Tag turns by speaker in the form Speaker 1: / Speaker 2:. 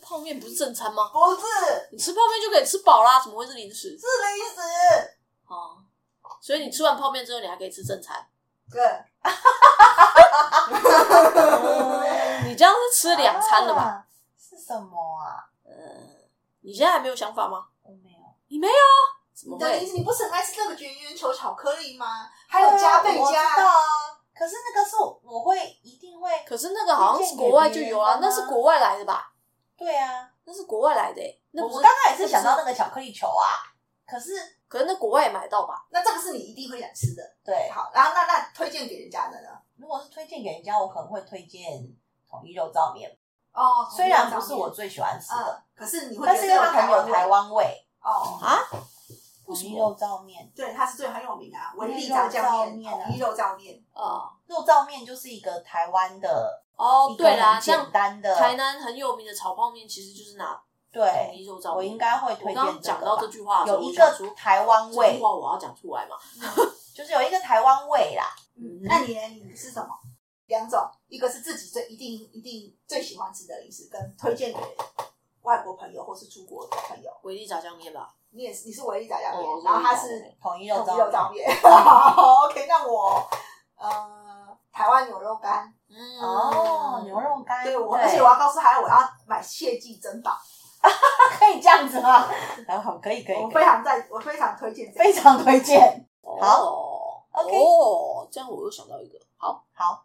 Speaker 1: 泡面不是正餐吗？
Speaker 2: 不是，
Speaker 1: 你吃泡面就可以吃饱啦，怎么会是零食？
Speaker 2: 是零食。
Speaker 1: 哦，所以你吃完泡面之后，你还可以吃正餐。
Speaker 2: 对，
Speaker 1: 哦你这样是 吃两餐了吧？
Speaker 2: 啊？是什么啊？
Speaker 1: 嗯，你现在还没有想法吗？
Speaker 2: 我没有。
Speaker 1: 你没有？啊怎么
Speaker 3: 你的意
Speaker 1: 会？
Speaker 3: 思，你不是很爱吃那个卷圆球巧克力吗？还有加倍
Speaker 2: 我知道
Speaker 3: 加，
Speaker 2: 啊。可是那个是我会一定会，
Speaker 1: 可是那个好像是国外就有啊，
Speaker 2: 推
Speaker 1: 那
Speaker 2: 荐给别人的吗
Speaker 1: 是国外来的吧？
Speaker 2: 对啊。
Speaker 1: 那是国外来的、欸，那
Speaker 2: 我
Speaker 1: 不
Speaker 2: 我
Speaker 1: 是
Speaker 2: 刚？刚也是想到那个巧克力球啊，可是
Speaker 1: 可是那国外也买得到吧？
Speaker 3: 那这个是你一定会想吃的。
Speaker 2: 对，
Speaker 3: 好，然后那那推荐给人家的呢？
Speaker 2: 如果是推荐给人家，我可能会推荐统一肉燥面，
Speaker 3: 哦，
Speaker 2: 虽然不是我最喜欢吃的，
Speaker 3: 嗯，可是你会觉
Speaker 2: 但
Speaker 3: 得
Speaker 2: 是
Speaker 3: 这
Speaker 2: 因为
Speaker 3: 个
Speaker 2: 它很有
Speaker 3: 味
Speaker 2: 台湾味。
Speaker 3: 哦，
Speaker 1: 啊？为
Speaker 2: 统
Speaker 1: 什
Speaker 2: 一
Speaker 1: 么？
Speaker 2: 肉燥面，
Speaker 3: 对，它是最很有名的啊，维力
Speaker 2: 肉
Speaker 3: 炸酱
Speaker 2: 燥
Speaker 3: 面、
Speaker 2: 面啊
Speaker 3: 统一肉燥面，
Speaker 1: 哦
Speaker 2: 肉燥面就是一个台湾的
Speaker 1: 哦
Speaker 2: 一，个
Speaker 1: 对啦，
Speaker 2: 很
Speaker 1: 像
Speaker 2: 简单的
Speaker 1: 台南很有名的炒泡面，其实就是拿统
Speaker 2: 对，
Speaker 1: 一肉燥面。
Speaker 2: 我应该会推
Speaker 1: 我刚刚
Speaker 2: 荐这
Speaker 1: 讲
Speaker 2: 个
Speaker 1: 到
Speaker 2: 吧
Speaker 1: 这。句话的时候，
Speaker 2: 有一
Speaker 1: 我想
Speaker 2: 个
Speaker 1: 说
Speaker 2: 台湾
Speaker 1: 这句
Speaker 2: 味，
Speaker 1: 话我要讲出来嘛。
Speaker 2: 就是有一个台湾味啦。
Speaker 1: 嗯
Speaker 3: 那你呢？你是什么？两种，一个是自己最一定一定最喜欢吃的零食，跟推荐给外国朋友或是出国的朋友。
Speaker 1: 维力炸酱面吧，
Speaker 3: 你也是，你是维力炸酱面
Speaker 1: 哦我，是
Speaker 3: 然后它
Speaker 1: 维力炸酱
Speaker 3: 是
Speaker 1: 面
Speaker 2: 统一
Speaker 3: 统
Speaker 2: 肉
Speaker 3: 一肉
Speaker 2: 燥
Speaker 3: 燥
Speaker 2: 面，
Speaker 3: 面。 好，OK，那我呃台湾牛肉干，
Speaker 1: 嗯
Speaker 2: 哦，牛肉干，
Speaker 3: 对我，而且我要告诉他，我要买切记珍宝，
Speaker 2: 可以这样子 吗？然后可以可以，
Speaker 3: 啊我
Speaker 2: 可以
Speaker 3: 非常在，我非常推荐这个。
Speaker 2: 非常推荐。好
Speaker 1: 哦
Speaker 2: ，OK
Speaker 1: 哦，这样我又想到一个，好，
Speaker 2: 好，